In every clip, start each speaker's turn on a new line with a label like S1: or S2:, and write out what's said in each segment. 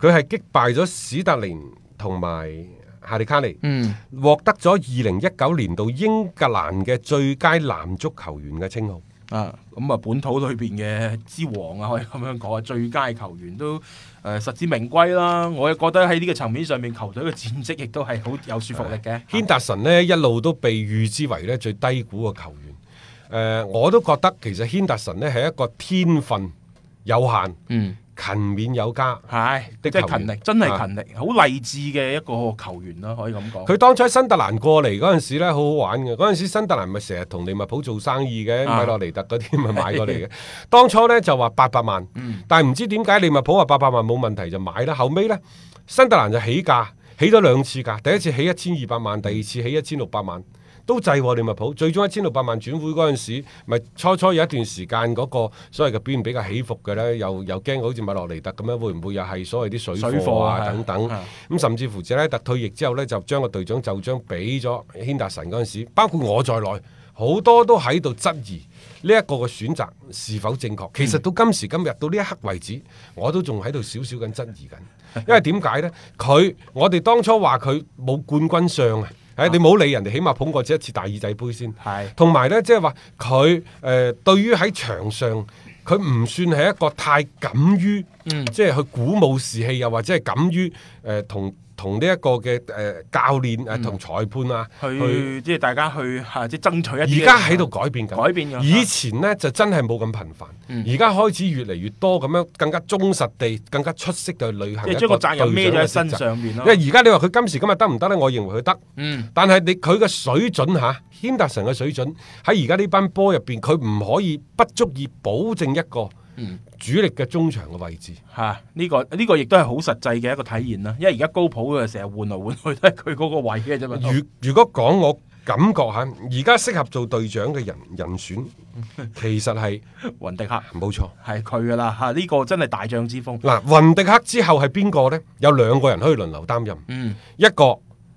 S1: 佢係擊敗咗史達連同埋夏利卡尼，
S2: 嗯，
S1: 獲得咗二零一九年度英格蘭嘅最佳男足球員嘅稱號。
S2: 啊，咁啊，本土裏邊嘅之王啊，可以咁樣講啊，最佳球員都誒、呃、實至名歸啦。我又覺得喺呢個層面上面，球隊嘅戰績亦都係好有說服力嘅。
S1: 軒達臣呢，一路都被譽之為呢最低估嘅球員。誒、我都覺得其實軒達臣呢係一個天分有限、
S2: 嗯，
S1: 勤勉有加。
S2: 係，即
S1: 的球
S2: 係
S1: 員
S2: 勤力，真係
S1: 啊
S2: 勤力，好勵志嘅一個球員啦，可以咁講。
S1: 佢當初喺新特蘭過嚟嗰陣時咧，好好玩嘅。嗰陣時新特蘭咪成日同利物浦做生意嘅，
S2: 啊
S1: 米洛尼特嗰啲咪買過嚟嘅。 當初咧就話八百萬，
S2: 嗯
S1: 但係唔知點解利物浦話八百萬冇問題就買啦。後尾咧新特蘭就起價，起咗兩次價，第一次起一千二百萬，第二次起一千六百萬。都制喎利物浦，最終一千六百萬轉會嗰陣時，咪初初有一段時間嗰個所謂嘅表現比較起伏嘅咧，又又驚好似米洛尼特咁樣，會唔會又係所謂啲水
S2: 水貨
S1: 貨啊
S2: 係
S1: 等等？
S2: 係
S1: 咁甚至乎謝拉特退役之後呢，就將個隊長袖章俾咗軒達臣嗰陣時，包括我在內，好多都喺度質疑呢一個嘅選擇是否正確。嗯其實到今時今日到呢一刻為止，我都仲喺度少少緊質疑緊，因為點解呢？佢我哋當初話佢冇冠軍相啊，誒你冇理人哋，起碼捧過一次大耳仔杯先。
S2: 係
S1: 同埋呢，即係話佢誒對於喺場上，佢唔算係一個太敢於，
S2: 嗯
S1: 即係去鼓舞士氣，又或者係敢於誒、呃同同呢一個嘅誒、呃教練誒同裁判啊去。
S2: 嗯去即係大家去嚇，即係爭取一啲嘅。
S1: 而家喺度改變緊，
S2: 改變啊嗯緊
S1: 以前呢就真係冇咁頻繁，而家、開始越嚟越多咁樣，更加忠實地、更加出色地去履行
S2: 即
S1: 一
S2: 係
S1: 個
S2: 將個責任孭咗
S1: 隊
S2: 喺
S1: 長嘅
S2: 身
S1: 職責。
S2: 上面咯
S1: 因。為而家你話佢今時今日得唔得呢？我認為佢得，
S2: 嗯，
S1: 但係你佢嘅水準嚇，軒達臣嘅水準喺而家呢班波入邊，佢唔可以不足以保證一個
S2: 嗯
S1: 主力嘅中場嘅位置。
S2: 嚇、呢、個呢、個亦都係好實際嘅一個體現啦。因為而家高普佢成日換來換去都係佢嗰個位嘅啫嘛。
S1: 如如果講我感覺嚇，而家適合做隊長嘅人人 選，其實係
S2: 雲迪克
S1: 冇錯。
S2: 係佢噶啦 嚇，呢、個真係大將之風。
S1: 嗱，雲迪克之後係邊個呢？有兩個人可以輪流擔任，
S2: 嗯
S1: 一個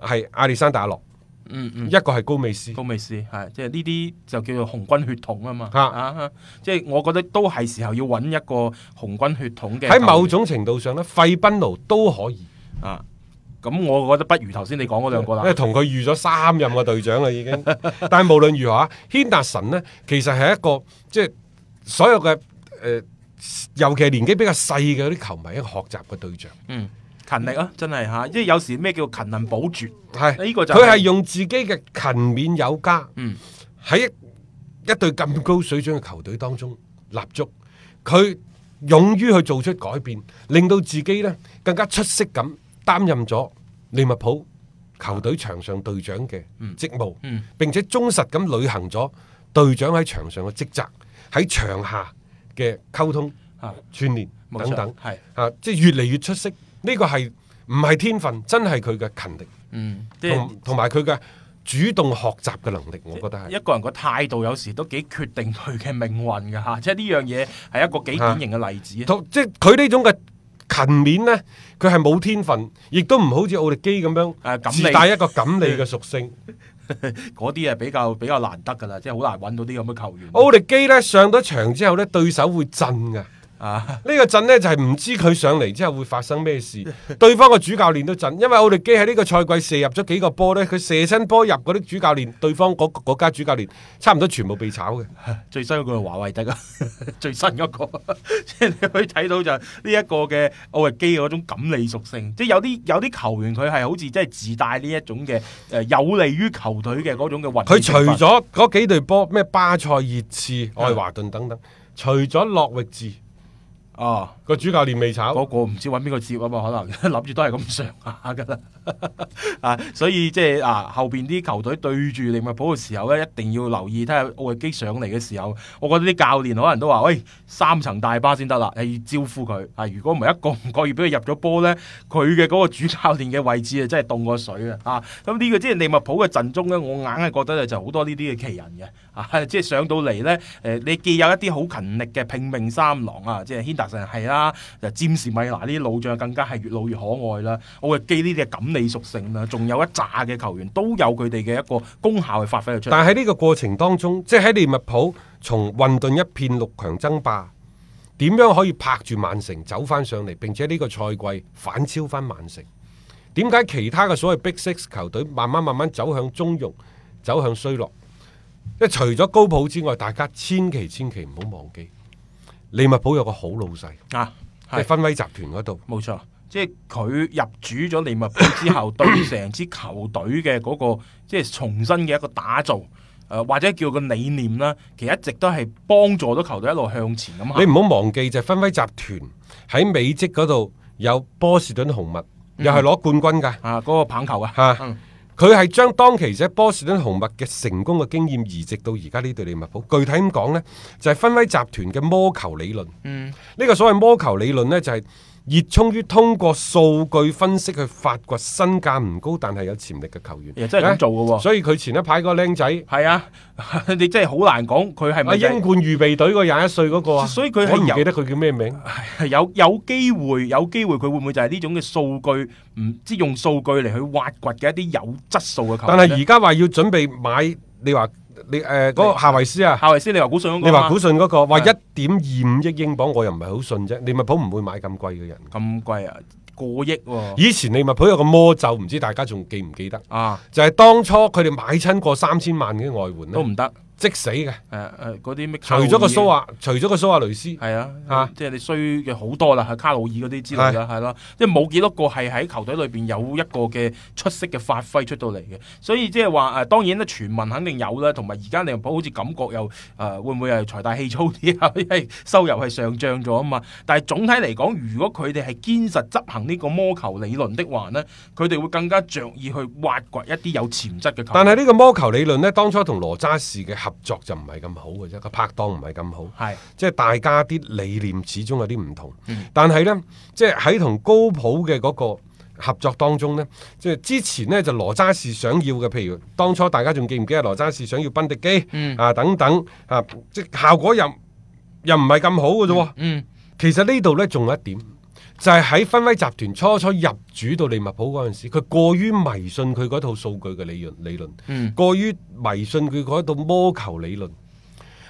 S1: 係亞歷山大阿洛，
S2: 嗯
S1: 一
S2: 嗯，
S1: 個係高美斯。
S2: 高美斯係即係呢啲就叫做紅軍血統啊嘛。
S1: 啊
S2: 啊，即係我覺得都係時候要揾一個紅軍血統嘅
S1: 喺某
S2: 球
S1: 種
S2: 員
S1: 程度上呢，費賓奴都可以，
S2: 啊。咁我覺得不如頭先你講嗰兩個
S1: 因
S2: 啦
S1: 為。同佢預咗三任嘅隊長啦已 經。但係無論如何啊，軒達臣呢，其實係一個即係所有嘅誒、呃尤其係年紀比較細嘅嗰啲球迷一個學習嘅對象。
S2: 嗯，勤力啊，真係嚇、即係有時咩叫勤能補拙。
S1: 係
S2: 呢個就係
S1: 佢係用自己嘅勤勉有加，
S2: 嗯
S1: 喺一隊咁高水準嘅球隊當中立足，佢勇於去做出改變，令到自己呢更加出色咁擔任咗利物浦球隊場上隊長嘅職務，
S2: 嗯
S1: 並且忠實咁履行咗隊長喺場上嘅職責，喺場下嘅溝通、
S2: 啊
S1: 串聯
S2: 冇
S1: 等
S2: 錯
S1: 等，
S2: 係
S1: 啊，即係越嚟越出色。呢個係唔係天分，真係佢嘅勤力。
S2: 嗯，即係
S1: 同同埋佢嘅主動學習嘅能力，哦我覺得係
S2: 一個人個態度有時都幾決定佢嘅命運㗎嚇，即係呢樣嘢係一個幾典型嘅例子。啊
S1: 同即係佢呢種嘅勤勉呢，佢係冇天分，亦都唔好似奧力基咁
S2: 啊
S1: 樣
S2: 錦鯉
S1: 自帶一個錦鯉嘅屬性。
S2: 嗰啲係比較比較難得㗎啦，即係好難揾到啲咁嘅球員。
S1: 奧力基呢，上咗場之後呢，對手會震㗎。
S2: 啊，
S1: 呢 個陣呢，就係唔知佢上嚟之後會發生咩事，對方嘅主教練都震，因為奧力基喺呢個賽季射入咗幾個波呢，佢射親波入嗰啲主教練，對方嗰嗰家主教練差唔多全部被炒嘅。
S2: 最新嗰個係華為德啊， 最新嗰、個， 即係你可以睇到就係呢一個嘅奧力基嗰種錦鯉屬性，即係有啲有啲球員佢係好似即係自帶呢一種嘅誒、呃有利於球隊嘅嗰種嘅運。
S1: 佢除咗嗰幾隊波咩巴塞、熱刺、愛華頓等等，除咗諾域治，
S2: 哦，
S1: 個主教練未炒，
S2: 嗰個唔知揾邊個接啊嘛，可能 諗住都係咁上下噶啦， 啊，所以即係啊後邊啲球隊對住利物浦嘅時候咧，一定要留意睇下奧域基上嚟嘅時候，我覺得啲教練可能都話：，喂，三層大巴先得啦，係要招呼佢啊！如果唔係一個唔覺意俾佢入咗波咧，佢嘅嗰個主教練嘅位置啊，真係凍過水啊！啊，咁呢個即係利物浦嘅陣中咧，我硬係覺得就好多呢啲嘅奇人嘅 啊，即係上到嚟咧，誒、你既有一啲好勤力嘅拼命三郎啊，即係軒達臣係啦，就詹士米拿呢啲老將更加係越老越可愛啦。我嘅基呢啲嘅感理屬性啦，仲有一紮嘅球員都有佢哋嘅一個功效去發揮咗出嚟。
S1: 但係喺呢個過程當中，即係喺利物浦從混沌一片六強爭霸，點樣可以拍住曼城走翻上嚟，並且呢個賽季反超翻曼城？點解其他嘅所謂 Big Six 球隊慢慢慢慢走向中庸，走向衰落？即係除咗高普之外，大家千祈千祈唔好忘記，利物浦有個好老細，
S2: 啊，
S1: 即係
S2: 係
S1: 芬威集團嗰度。
S2: 冇錯，即係佢入主咗利物浦之後，對成支球隊嘅嗰、個即係重新嘅一個打造，誒、或者叫個理念啦，其實一直都係幫助到球隊一路向前咁行。
S1: 你唔好忘記就係芬威集團喺美職嗰度有波士頓紅襪，又係攞冠軍㗎。
S2: 啊，嗰、個棒球啊，
S1: 吓
S2: 嗯，
S1: 佢係將當其者波士頓紅襪嘅成功嘅經驗移植到而家呢隊利物浦。具體咁講呢，就係、芬威集團嘅魔球理論。呢、
S2: 嗯，
S1: 個所謂魔球理論呢，就係、熱衷於通過數據分析去發掘身價唔高但係有潛力嘅球員。
S2: 又真係咁做嘅喎、
S1: 所以佢前一排嗰個僆仔，
S2: 係啊， 你真係好難講佢係
S1: 啊
S2: 咪就係
S1: 哎英冠預備隊個廿一歲嗰個啊，
S2: 所以佢係
S1: 我唔
S2: 由
S1: 記得佢叫咩名。
S2: 係有有機會，有機會佢會唔會就係呢種嘅數據，唔即係用數據嚟去挖掘嘅一啲有質素嘅球員
S1: 但
S2: 呢？
S1: 係而家話要準備買，你話你誒嗰、個夏維斯啊，
S2: 夏維斯，你話估信嗰個
S1: 你話
S2: 嘛
S1: 古信嗰個話一
S2: 係
S1: 點二五億英鎊，我又唔係好信啫。利物浦唔會買咁貴嘅人。
S2: 咁貴啊，過億喎
S1: 以前利物浦有個魔咒，唔知大家仲記唔記得？
S2: 啊，
S1: 就係、當初佢哋買親過三千萬嘅外援
S2: 都
S1: 咧，
S2: 唔得。
S1: 即死嘅。
S2: 誒誒嗰啲咩？
S1: 除咗個蘇，亞，除咗個蘇亞雷斯，
S2: 係啊，
S1: 啊
S2: 即係你衰嘅好多啦，係卡路爾嗰啲之類啦，係咯，即係冇幾多個係喺球隊裏邊有一個嘅出色嘅發揮出到嚟嘅，所以即係話誒，啊當然咧傳聞肯定有啦，同埋而家利物浦好似感覺又誒、呃、會唔會係財大氣粗啲啊？ 因為收入係上漲咗啊嘛，但係總體嚟講，如果佢哋係堅實執行呢個魔球理論的話呢，佢哋會更加着意去挖掘一啲有潛質嘅球員。
S1: 但係呢個魔球理論呢，當初同羅渣士嘅合作就唔係咁好嘅啫，個拍檔唔係咁好，
S2: 係
S1: 即係大家啲理念始終有啲唔同。
S2: 嗯
S1: 但係呢，即係喺同高普嘅嗰個合作當中呢，即係之前呢，就羅渣士想要嘅，譬如當初大家仲記唔記得羅渣士想要賓迪基、
S2: 嗯
S1: 啊等等啊，即係效果又又唔係咁好嘅啫喎。
S2: 嗯
S1: 其實呢度呢，仲有一點，就係喺芬威集團初初入主到利物浦嗰陣時，佢過於迷信佢嗰套數據嘅理論理論，
S2: 嗯
S1: 過於迷信佢嗰套魔球理論。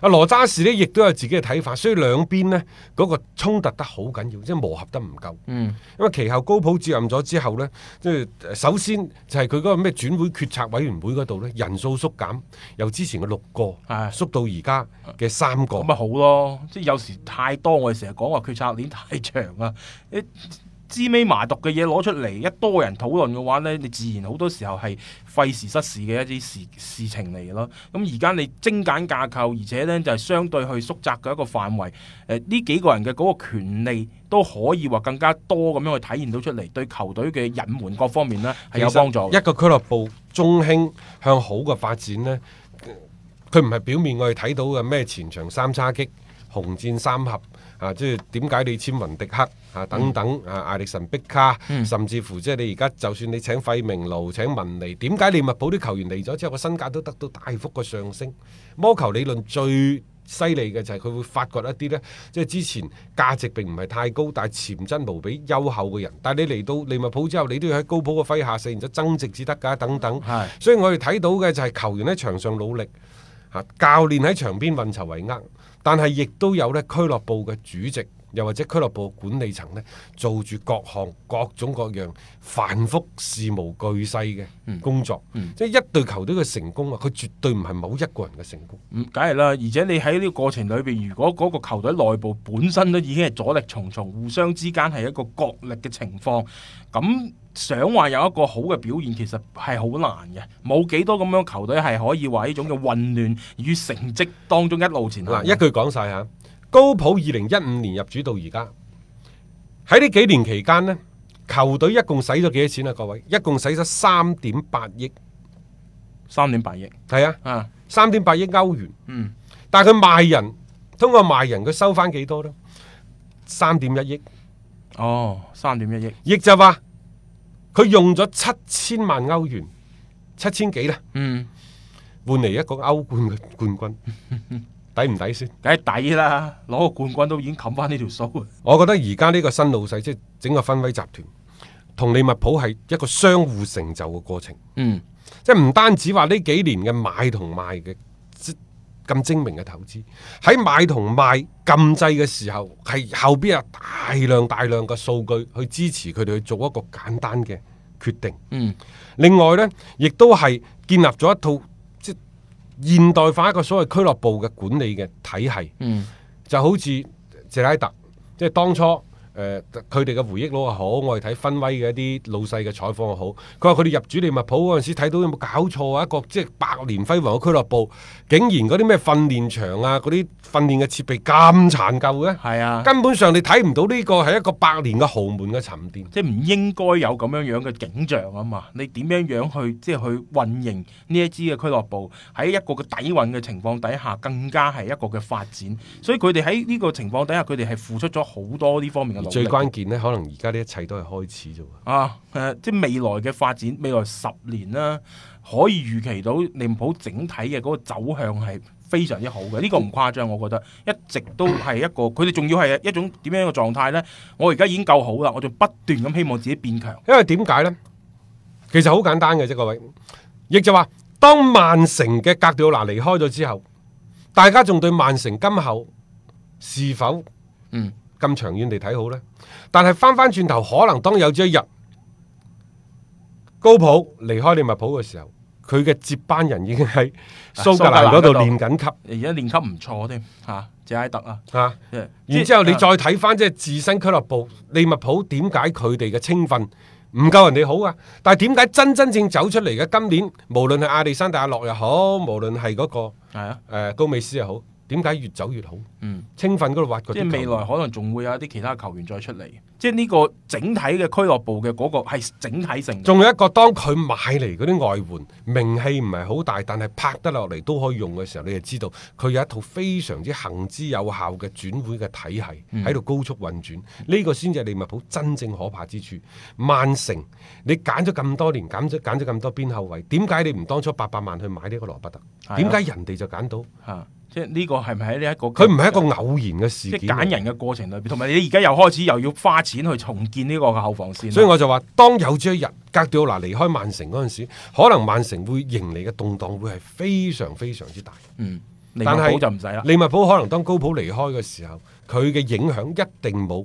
S1: 阿羅渣士呢，亦都有自己嘅睇法，所以兩邊呢，嗰、個衝突得好緊要，即係磨合得唔夠。
S2: 嗯
S1: 因為其後高普接任咗之後呢，即係首先就係佢嗰個咩轉會決策委員會嗰度呢，人數縮減，由之前嘅六個
S2: 係
S1: 縮到而家嘅三個
S2: 咁。咪好咯，即係有時太多，我哋成日講話決策鏈太長啦。你知尾麻毒嘅嘢攞出嚟，一多人討論嘅話呢，你自然好多時候係費時失事嘅一啲事事情嚟嘅咯。咁而家你精簡架構，而且呢就係、相對去縮窄嘅一個範圍。誒、呢幾個人嘅嗰個權利都可以話更加多咁樣去體現到出嚟，對球隊嘅隱瞞各方面呢係有幫助
S1: 一
S2: 嘅。
S1: 個俱樂部中興向好嘅發展呢，佢唔係表面我哋睇到嘅咩前場三叉戟、紅箭三合啊，即係點解你簽雲迪克啊等等啊，艾力神碧卡，
S2: 嗯
S1: 甚至乎即係你而家就算你請費明奴、請文尼，點解利物浦啲球員嚟咗之後個身價都得到大幅嘅上升？魔球理論最犀利嘅就係佢會發掘一啲呢，即係之前價值並唔係太高，但係潛質無比優厚嘅人。但係你嚟到利物浦之後，你都要喺高普嘅麾下，然咗增值至得㗎，等等。
S2: 係
S1: 所以我哋睇到嘅就係球員喺場上努力，嚇教練喺場邊運籌帷幄，但係亦都有咧俱樂部嘅主席，又或者俱樂部管理層呢，做住各項各種各樣繁複事無巨細嘅工作。
S2: 嗯嗯
S1: 即係一隊球隊嘅成功啊，佢絕對唔係某一個人嘅成功。
S2: 嗯，梗係啦，而且你喺呢個過程裏邊，如果嗰個球隊內部本身都已經係阻力重重，互相之間係一個角力嘅情況，咁想話有一個好嘅表現，其實係好難嘅。冇幾多咁樣球隊係可以話呢種嘅混亂與成績當中一路前
S1: 嗱，
S2: 行。
S1: 一句講晒嚇，高普二零一五年入主到而家，喺呢幾年期間呢，球隊一共使咗幾多錢啊？各位，一共使咗三點八億，
S2: 三点八亿
S1: 係啊，
S2: 啊，
S1: 三點八億歐元。
S2: 嗯，
S1: 但係佢賣人，通過賣人佢收翻幾多呢？三點一億，
S2: 哦，三点一亿，
S1: 亦就話佢用咗七千萬歐元，七千幾啦，
S2: 嗯，
S1: 換嚟一個歐冠嘅冠軍，抵唔抵先？
S2: 梗系抵哦啦，攞個冠軍都已經冚翻呢條數，
S1: 我覺得而家呢個新老細，即係整個分威集團，同利物浦係一個相互成就嘅過程，
S2: 嗯，
S1: 即係唔單止話呢幾年嘅買同賣嘅即咁精明嘅投資，喺買同賣禁制嘅時候，係後邊有大量大量嘅數據去支持佢哋去做一個簡單嘅決定。
S2: 嗯，
S1: 另外呢，亦都係建立咗一套即係現代化一個所謂俱樂部嘅管理嘅體系。
S2: 嗯，
S1: 就好似謝拉特，即係當初誒佢哋嘅回憶錄又好，我哋睇分威嘅一啲老細嘅採訪又好，佢話佢哋入主利物浦嗰陣時睇到有冇搞錯啊？一個即係百年輝煌嘅俱樂部，竟然嗰啲咩訓練場啊，嗰啲訓練嘅設備咁殘舊嘅，
S2: 係啊，
S1: 根本上你睇唔到呢個係一個百年嘅豪門嘅沉澱。
S2: 即係唔應該有咁樣樣嘅景象啊嘛！你點樣樣去即係去運營呢一支嘅俱樂部喺一個嘅底運嘅情況底下，更加係一個嘅發展。所以佢哋喺呢個情況底下，佢哋係付出咗好多呢方面嘅
S1: 而
S2: 努力。
S1: 最關鍵呢，可能而家呢一切都係開始啫喎。
S2: 啊，誒、即係未來嘅發展，未來十年啦，可以預期到利物浦整體嘅嗰個走向係非常之好嘅，呢、個唔誇張，我覺得一直都係一個，佢哋仲要係一種點樣嘅狀態呢？我而家已經夠好啦，我仲不斷咁希望自己變強。
S1: 因為點解呢？其實好簡單嘅啫，各位，亦就話當曼城嘅格調拿離開咗之後，大家仲對曼城今後是否
S2: 嗯
S1: 咁長遠地睇好呢？但係翻翻轉頭，可能當有朝一日高普離開利物浦嘅時候，佢嘅接班人已經喺蘇格蘭嗰度
S2: 蘇格
S1: 練
S2: 蘭
S1: 緊級
S2: 而家練級唔錯添嚇，謝埃特啊，
S1: 啊！
S2: 即係
S1: 然之後你
S2: 啊
S1: 再睇翻即係自身俱樂部利物浦點解佢哋嘅青訓唔夠人哋好啊？但係點解真真正走出嚟嘅今年，無論係亞歷山大阿洛又好，無論係嗰個
S2: 係啊，
S1: 呃高美斯又好，點解越走越好？
S2: 嗯。
S1: 青訓嗰度挖掘啲
S2: 即係未
S1: 球員
S2: 來可能仲會有一啲其他球員再出嚟，即係呢個整體嘅俱樂部嘅嗰個係整體性嘅。
S1: 仲有一個當佢買嚟嗰啲外援名氣唔係好大，但係拍得落嚟都可以用嘅時候，你就知道佢有一套非常之行之有效嘅轉會嘅體系
S2: 嗯
S1: 喺度高速運轉，呢、個先至係利物浦真正可怕之處。曼城你揀咗咁多年，揀咗揀咗咁多邊後衞，點解你唔當初八百萬去買呢個羅伯特？
S2: 係啊
S1: 點解人哋就揀到？
S2: 嚇、即係呢個係咪喺呢一個
S1: 佢唔係一個偶然嘅事
S2: 即
S1: 件啊
S2: 係
S1: 嚟嘅。
S2: 揀人嘅過程裏邊，同埋你而家又開始又要花錢去重建呢個嘅後防線啦，啊
S1: 所以我就話，當有朝一日格調拿離開曼城嗰陣時，可能曼城會迎嚟嘅動盪會係非常非常之大。
S2: 嗯，利物
S1: 但係
S2: 浦就唔使啦，
S1: 利物浦可能當高普離開嘅時候，佢嘅影響一定冇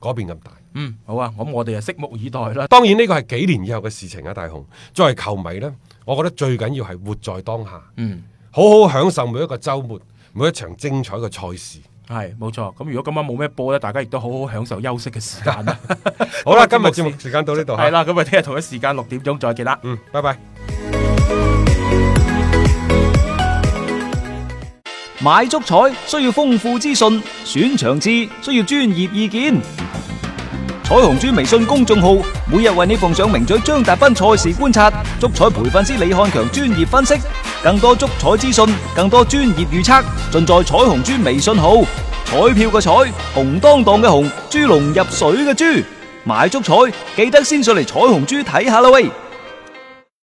S1: 嗰邊咁大。
S2: 嗯，好啊，咁我哋就拭目以待啦，
S1: 當然呢個係幾年以後嘅事情啊，大雄。作為球迷呢，我覺得最緊要係活在當下，
S2: 嗯。
S1: 好好享受每一個週末，每一場精彩嘅賽事。
S2: 嗯係冇錯，咁如果今晚冇咩波咧，大家亦都好好享受休息嘅時間啦。 啊
S1: 好啦，今日節目時間到呢度
S2: 係
S1: 嚇，
S2: 啦，咁啊，聽日同一時間六點鐘再見啦。
S1: 嗯，拜拜。
S3: 买足彩需要丰富资讯，选场次需要专业意见。彩虹猪微信公众号每日为你奉上名嘴张达斌赛事观察、足彩培训师李汉强专业分析，更多足彩资讯、更多专业预测，尽在彩虹猪微信号。彩票嘅彩，红当当嘅红，猪龙入水嘅猪，买足彩记得先上嚟彩虹猪睇下啦喂！